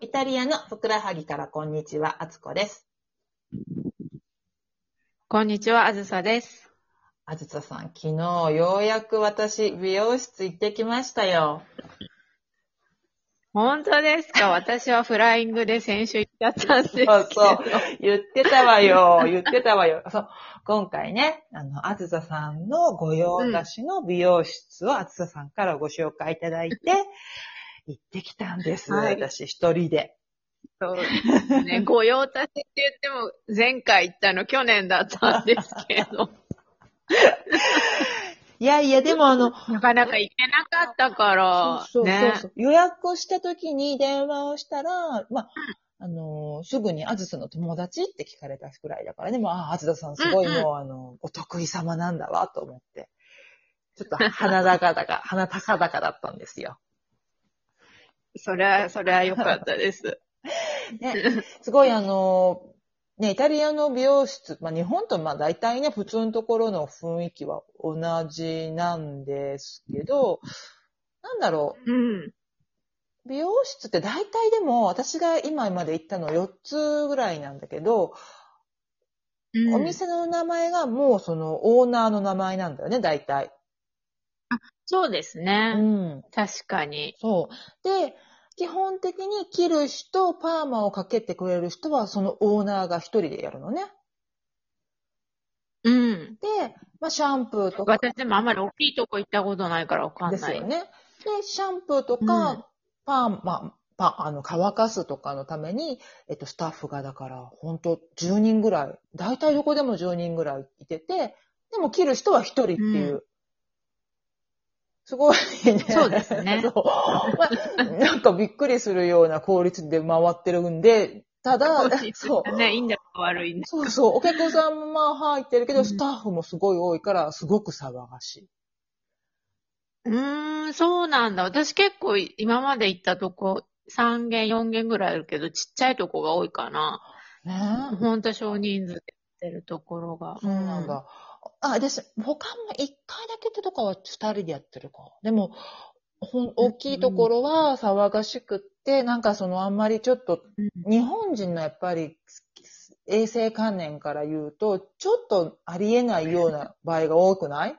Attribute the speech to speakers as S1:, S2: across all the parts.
S1: イタリアのふくらはぎからこんにちは、あつこです。
S2: こんにちは、あずさです。
S1: あずささん、昨日ようやく私、美容室行ってきましたよ。
S2: 本当です か私はフライングで先週行っちゃったんですけ
S1: そ
S2: ど。
S1: うそう。言ってたわ よ。言ってたわよ。そう。今回ね、あの、あずささんのご用達の美容室をあずささんからご紹介いただいて、行ってきたんです。
S2: はい
S1: 私一人で。
S2: そうですね。御用達って言っても、前回行ったの去年だったんですけど、
S1: いやいや、でもあの、
S2: なかなか行けなかったから、
S1: そうそう
S2: ね
S1: そう。そう予約をした時に電話をしたら、まあ、あのーすぐにあずさの友達って聞かれたくらいだからね、もう、ああ、あずささんすごい
S2: うんうん
S1: もう、あの、お得意様なんだわ、と思って。ちょっと鼻高々、 鼻高々だったんですよ。
S2: それは、それは良かったです。
S1: ね、すごいあのーね、イタリアの美容室、まあ、日本とまあ大体ね、普通のところの雰囲気は同じなんですけど、なんだろう、
S2: うん。
S1: 美容室って大体でも、私が今まで行ったの4つぐらいなんだけど、
S2: うん
S1: お店の名前がもうそのオーナーの名前なんだよね、大体。
S2: そうです
S1: う
S2: ね。
S1: ん。
S2: 確かに。
S1: そう。で、基本的に切る人、パーマをかけてくれる人は、そのオーナーが一人でやるのね。
S2: うん。
S1: で、まあ、シャンプーとか。
S2: 私でもあんまり大きいとこ行ったことないからわかん
S1: です
S2: ない。
S1: よね。で、シャンプーと
S2: うん
S1: か、パーマ、パあの、乾かすとかのために、えっと、スタッフがだから、本当10人ぐらい、大体どこでも10人ぐらいいてて、でも切る人は1人っていう。
S2: う
S1: すごいね。
S2: そうです ね
S1: そうまあなんかびっくりするような効率で回ってるんで、ただ、そう。
S2: ね、いいんだか悪いんだ。
S1: そうそう。お客さんもまあ入ってるけ
S2: う
S1: ど、
S2: ん
S1: スタッフもすごい多いから、すごく騒がしい。
S2: うーん、そうなんだ。私結構い今まで行ったとこ、3軒、4軒ぐらいあるけど、ちっちゃいとこが多いかな。
S1: ね
S2: ほんと少人数でやってるところが。
S1: そうなんだ。あ、です。他も一回だけってとかは二人でやってるか。でも、ほん、大きいところは騒がしくって、なんかそのあんまりちょっと、
S2: うん。
S1: 日本人のやっぱり衛生観念から言うと、ちょっとありえないような場合が多く ない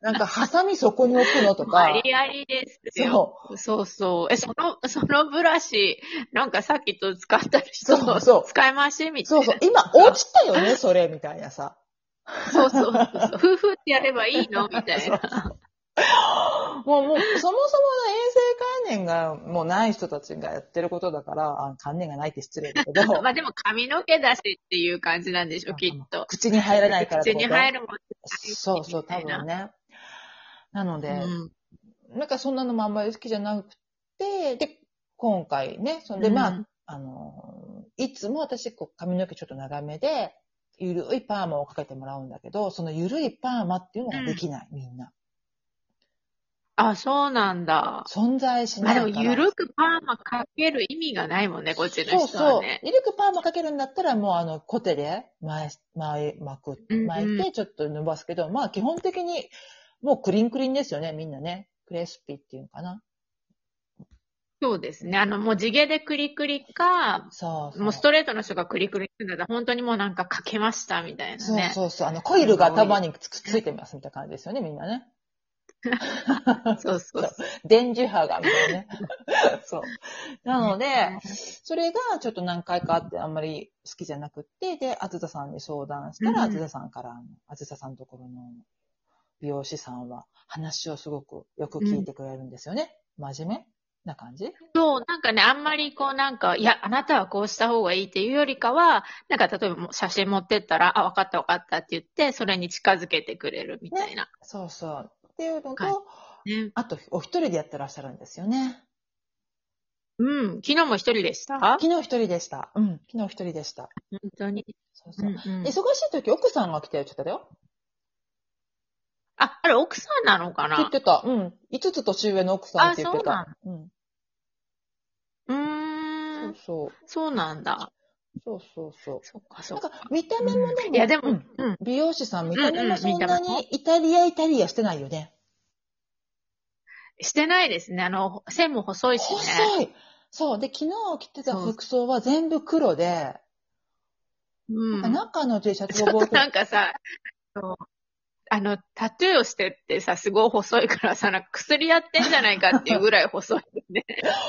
S1: なんか、ハサミそこに置くのと か
S2: あ。りありですよ。
S1: そ
S2: そうそう。え、その、そのブラシ、なんかさっきと使ったりし
S1: そうそう
S2: 使い回し
S1: う。
S2: みたい
S1: そう
S2: な。
S1: そう。今、落ちたよね、それ、みたいなさ。
S2: そうそうそうそう。夫婦ってやればい いのみたいな。
S1: もう、もう、そもそもの衛生観念がもうない人たちがやってることだから、あ観念がないって失礼だ けど、
S2: まあでも髪の毛だしっていう感じなんでしょ、きっと。
S1: 口に入らないからって
S2: 口
S1: こと
S2: に入るもん。
S1: そうそう、多分ね。なので、
S2: うん
S1: なんかそんなのもあんまり好きじゃなくて、で、今回ね、そんで、
S2: うん
S1: まあ、あの、いつも私、こう、髪の毛ちょっと長めで、ゆるいパーマをかけてもらうんだけど、そのゆるいパーマっていうのができない、みんな。
S2: あ、そうなんだ。
S1: 存在し
S2: ま
S1: な
S2: あ
S1: い
S2: で
S1: か
S2: も、
S1: ら。
S2: ゆるくパーマかける意味がないもんね、こっちの
S1: そう
S2: 人は
S1: そう
S2: ね。。
S1: ゆるくパーマかけるんだったら、もうあの、コテで巻い、巻い、巻く、
S2: うんうん
S1: 巻いて、ちょっと伸ばすけど、まあ基本的に、もうクリンクリンですよね、みんなね。クレスピっていうのかな。
S2: そうですね。あの、もう地毛でクリクリか、
S1: そうそう。
S2: もうストレートの人がクリクリするんだったら、本当にもうなんかかけましたみたいな
S1: そう
S2: ね。
S1: そうそう。あの、コイルが頭につくついてますみたいな感じですよね、みんなね。
S2: そうそうそう。
S1: 電磁波が、みたいな ね。そう。なので、それがちょっと何回かあってあんまり好きじゃなくって、で、あずささんに相談したら、
S2: う
S1: あ
S2: んう
S1: ず
S2: ん
S1: ささんから、あのあずささんのところの美容師さんは話をすごくよく聞いてくれるんですよね。真面目な感じ
S2: そう、なんかね、あんまりこうなんか、いや、あなたはこうした方がいいっていうよりかは、なんか例えばもう写真持ってったら、あ、わかったわかったって言って、それに近づけてくれるみたいな。
S1: そうそう。っていうのと、
S2: はいね、
S1: あと、お一人でやってらっしゃるんですよね。
S2: うん。昨日も一人でした本
S1: 昨日一人でした。うん、昨日一人でした。
S2: 当に。
S1: そう
S2: う
S1: そう。
S2: んうん
S1: 忙しい時、奥さんが来てるって言ってたよ。
S2: あ、あれ奥さんなのか
S1: 言っ
S2: な
S1: てた。うん。5つ年上の奥さんって言ってた。うん。
S2: う
S1: そ
S2: ーん
S1: う。そう。
S2: そうなんだ。
S1: そうそうそ
S2: そっか
S1: う。
S2: そ
S1: な
S2: っ
S1: んか、見た目もで
S2: う
S1: も、
S2: んいやでも
S1: うん
S2: うん
S1: 美容師さん、見た目もそん
S2: うんうん見
S1: な
S2: た目も
S1: にイタリア、イタリアしてないよね。
S2: してないですね。あの、線も細いしね。
S1: 細いそう。で、昨日着てた
S2: そう
S1: 服装は全部黒で、
S2: うん。
S1: 中の T シャツ
S2: ち
S1: を
S2: ょ
S1: 覚え
S2: っと
S1: てる
S2: なんかさ、あのあの、タトゥーをしてってさ、すごい細いからさ、なんか薬やってんじゃないかっていうぐらい細いよね。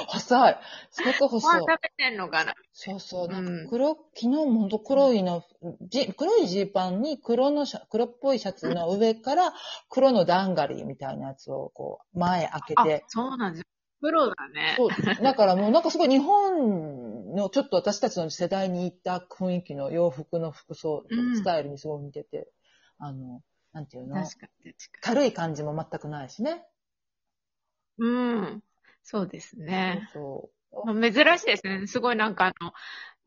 S1: 細い。すごく
S2: ご飯
S1: 細い
S2: 食。べてんのかな
S1: そうそう。
S2: うん
S1: なんか黒、昨日もほんと黒いの、じ黒いジーパンに黒のシャ、黒っぽいシャツの上から黒のダンガリーみたいなやつをこう、前開け
S2: あ
S1: て、。
S2: そうなんですよ。プロだね。
S1: そう。だからもうなんかすごい日本のちょっと私たちの世代に行った雰囲気の洋服の服装、
S2: うん
S1: スタイルにすごい似てて、あの、なんていうの
S2: 確かに、確かに。
S1: 軽い感じも全くないしね。
S2: うん。そうですね。
S1: そう。
S2: まあ珍しいですね。すごいなんかあの、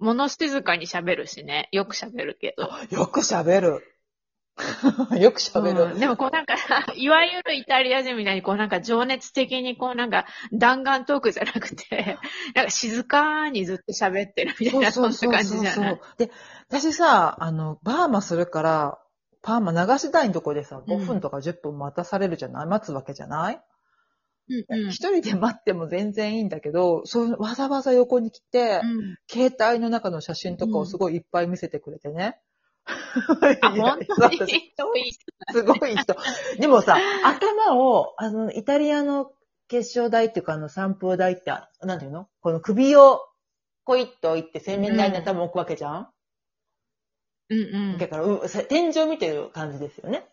S2: 物静かに喋るしね。よく喋るけど。
S1: よく喋る。 よく喋る。
S2: うんでもこうなんか、 いわゆるイタリア人みたいにこうなんか情熱的にこうなんか弾丸トークじゃなくて、 なんか静かにずっと喋ってるみたいな、そんな感じじゃない
S1: で、私さ、あの、パーマするから、パーマ流し台のとこでさ、
S2: うん
S1: 5分とか10分待たされるじゃない、待つわけじゃない
S2: うん
S1: 一、人で待っても全然いいんだけど、そう、わざわざ横に来て、
S2: うん。
S1: 携帯の中の写真とかをすごいいっぱい見せてくれて ね。
S2: あ、本当に
S1: そうそう
S2: 遠い
S1: すごい人。でも さ、頭を、あの、イタリアの結晶台っていうか、あの、散布台って、あなんていうのこの首を、こいっと置いって洗面台に頭を置くわけじゃん、
S2: うんう
S1: だからう、さ天井見てる感じですよね。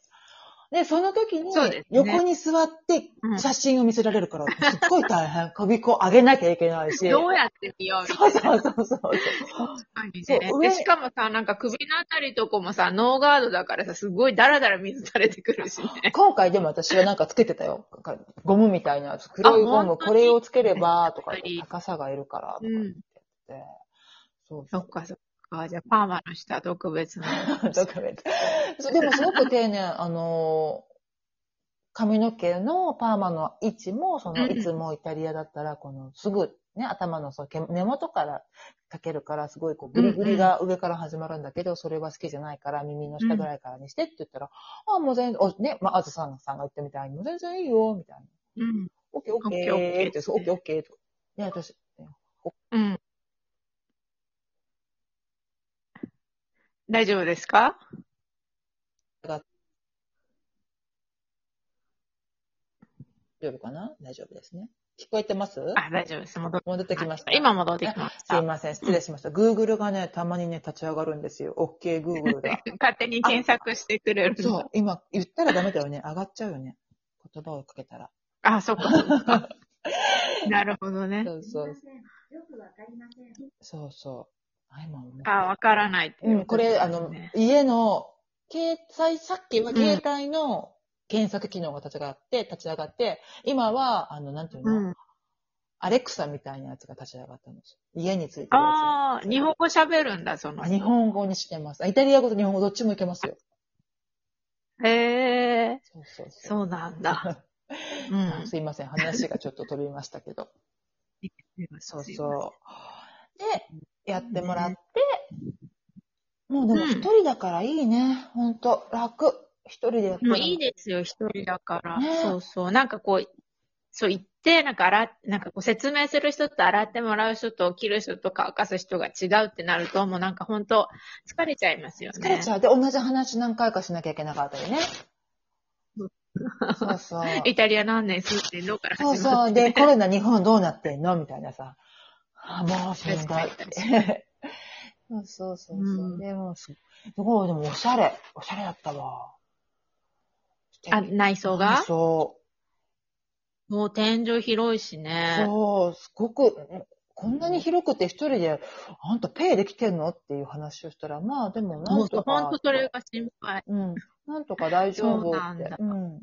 S1: で、その時に
S2: そうですね、
S1: 横に座って
S2: うん
S1: 写真を見せられるから、すっごい大変。首こう上げなきゃいけないし。
S2: ん。 どうやって見ようみたいな
S1: そうそうそうそう。
S2: 確
S1: そう
S2: かにね。
S1: 上
S2: で、しかもさ、なんか首のあたりとこもさ、ノーガードだからさ、すごいダラダラ水垂れてくるし ね。
S1: 今回でも私はなんかつけてたよ。なんかゴムみたいなやつ。黒いゴ
S2: あ
S1: ム、
S2: 本当に
S1: これをつければ、とか
S2: やっぱり
S1: 高さがいるから、とか言ってて。そう
S2: そっかそっか。じゃあ、パーマの人は特別 な。
S1: 特別そうでもすごく丁寧、あのー髪の毛のパーマの位置も、その、
S2: うん
S1: いつもイタリアだったら、この、すぐ、ね、頭のそう毛根元からかけるから、すごい、こう、グリグリが上から始まるんだけど、それは好きじゃないから、耳の下ぐらいからにしてって言ったら、あ、もう全然、おね、まあ、あずさんさんが言ったみたいに、もう全然いいよ、みたいな。
S2: うん。
S1: オッケーオッケ
S2: オッケーオッケ
S1: ー
S2: ー
S1: って、そう、オッケーオッケーと。ね、私、
S2: うん。大丈夫ですか
S1: 大丈夫かな大丈夫ですね。聞こえてます
S2: あ、大丈夫です。戻って
S1: 戻ってきました。
S2: 今戻ってきまし
S1: すい
S2: た。
S1: ません、失礼しました。Google がね、たまにね、立ち上がるんですよ。OK、Google が。
S2: 勝手に検索してくれるの
S1: そう、今、言ったらダメだよね。上がっちゃうよね。言葉をかけたら。
S2: あ、そっかそっ か。なるほどね。
S1: そうそう。そうそう。あ、今もね
S2: あ、わからないって
S1: う
S2: い
S1: ん、これ、あの、家の、携帯、さっきは携帯の検索機能が立ち上がって、立ち上がって、今は、あの、なんていう
S2: う
S1: の、
S2: ん。
S1: アレクサみたいなやつが立ち上がったんですよ。家についてるやつ
S2: ああ、日本語喋るんだ、その
S1: あ日本語にしてます。あイタリア語と日本語どっちもいけますよ。
S2: へえ、
S1: そうそうそう。
S2: そうなんだ。 う
S1: あ
S2: ん。
S1: すいません。話がちょっと飛びましたけど。 そうそう。で、やってもらって、もうでも
S2: うん
S1: 一人だからいいね。ほんと、楽。一人でやって
S2: もういい
S1: ね。
S2: ですよ、一人だから。
S1: ね
S2: そうそう。なんかこう、そう言って、なんか洗っ、なんかこう説明する人と洗ってもらう人と切る人と乾かす人が違うってなると、もうなんか本当疲れちゃいますよね。
S1: 疲れちゃう。で、同じ話何回かしなきゃいけなかったりね。そうそう。
S2: イタリア何年住んでんのから
S1: そう
S2: ま
S1: そう。 で、コロナ日本どうなってんのみたいなさ。あ、もうしんどい。 そうそうそうそう。
S2: うん
S1: でも、すすごい、でもおしゃれ。おしゃれだったわ。
S2: あ、内装が
S1: そう。
S2: もう天井広いしね。
S1: そう、すごく、んこんなに広くて一人で、あんたペイできてんのっていう話をしたら、まあでもな
S2: も
S1: ん
S2: う
S1: とか。
S2: 本当それが心配。
S1: うん。なんとか大丈夫
S2: そう
S1: っ
S2: なん
S1: て
S2: だ。
S1: うん。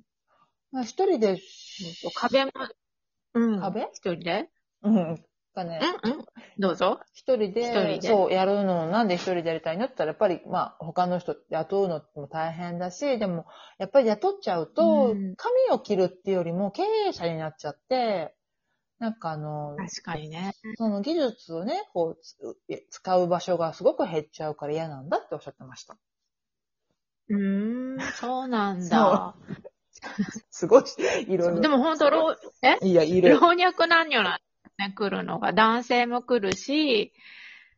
S1: まあ一人で、
S2: そう壁も、うん。
S1: 壁
S2: 一人で
S1: うん。かね、
S2: うんうん。どうぞ。
S1: 一人で
S2: 一人で
S1: そう、やるのをなんで一人でやりたいのって言ったら、やっぱり、まあ、他の人って雇うのも大変だし、でも、やっぱり雇っちゃうと、
S2: うん
S1: 髪を切るっていうよりも経営者になっちゃって、なんかあの、
S2: 確かにね。
S1: その技術をね、こうつ、え使う場所がすごく減っちゃうから嫌なんだっておっしゃってました。
S2: うーん、そうなんだ。
S1: すごい、いろい
S2: で
S1: ろ。
S2: も本当、老、え
S1: いや、いろいろ。
S2: 老若男女な、ね、来るのが、男性も来るし、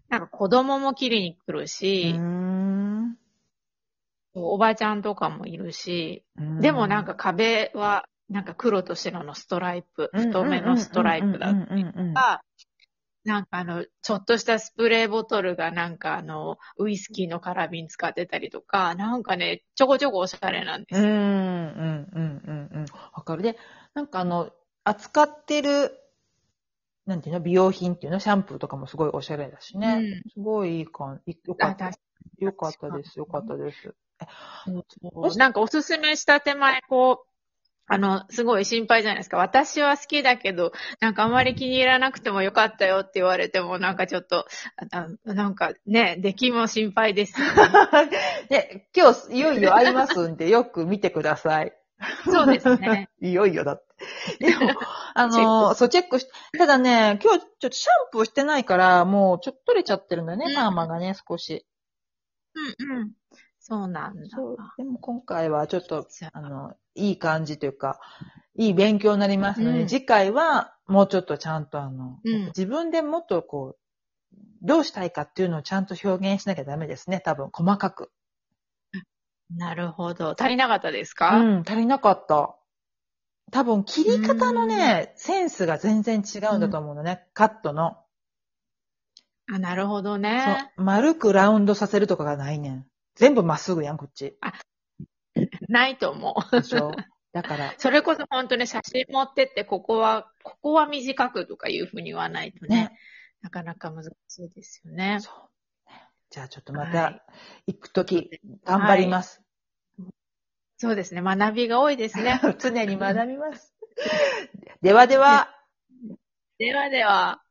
S2: なんか子供も切りに来るし、
S1: ん。
S2: おばちゃんとかもいるし、でもなんか壁は、なんか黒と白のストライプ、太めのストライプだったり
S1: と
S2: と、か、なんかあの、ちょっとしたスプレーボトルがなんかあの、ウイスキーの空瓶使ってたりとか、なんかね、ちょこちょこおしゃれなんで
S1: うん、
S2: す
S1: うん、
S2: よ。
S1: うん、うん、うん。わかる。で、なんかあの、扱ってる、なんていうの、美容品っていうの、シャンプーとかもすごいおしゃれだしね。すごいいい感じ。よか
S2: あ
S1: った
S2: 確。
S1: よかったです。よかったです。
S2: そうなんかおすすめした手前、こう、あの、すごい心配じゃないですか。私は好きだけど、なんかあまり気に入らなくてもよかったよって言われても、なんかちょっと、ああなんかね、出来も心配です。
S1: で、今日、いよいよ会いますんで、よく見てください。
S2: そうです ね。
S1: いよいよだって。でも、あ
S2: チェッ
S1: の、そう、チェックし、ただね、今日ちょっとシャンプーしてないから、もうちょっと取れちゃってるんだよ
S2: う
S1: ね、
S2: ん
S1: パーマがね、少し。
S2: うんうん。そうなんだ。
S1: そう。でも今回はちょっと、あの、いい感じというか、いい勉強になりますので、
S2: うん
S1: 次回はもうちょっとちゃんとあの、
S2: うん
S1: 自分でもっとこう、どうしたいかっていうのをちゃんと表現しなきゃダメですね、多分、細かく。
S2: なるほど。足りなかったですか、
S1: うん、足りなかった。多分、切り方のね、センスが全然違うんだと思うのね、カットの。
S2: あなるほど
S1: そう
S2: ね。
S1: 丸くラウンドさせるとかがないねん。全部まっすぐやん、こっち。
S2: ないと思う。
S1: でし ょだから、
S2: それこそ本当に写真持ってって、ここは、ここは短くとかいうふうに言わないとね
S1: ね。
S2: なかなか難しいですよね。
S1: そう。じゃあちょっとま
S2: は
S1: た
S2: い、
S1: 行くとき、頑張ります。
S2: そうですね。学びが多いで すね。
S1: 常に学びます。ではでは。
S2: ではでは。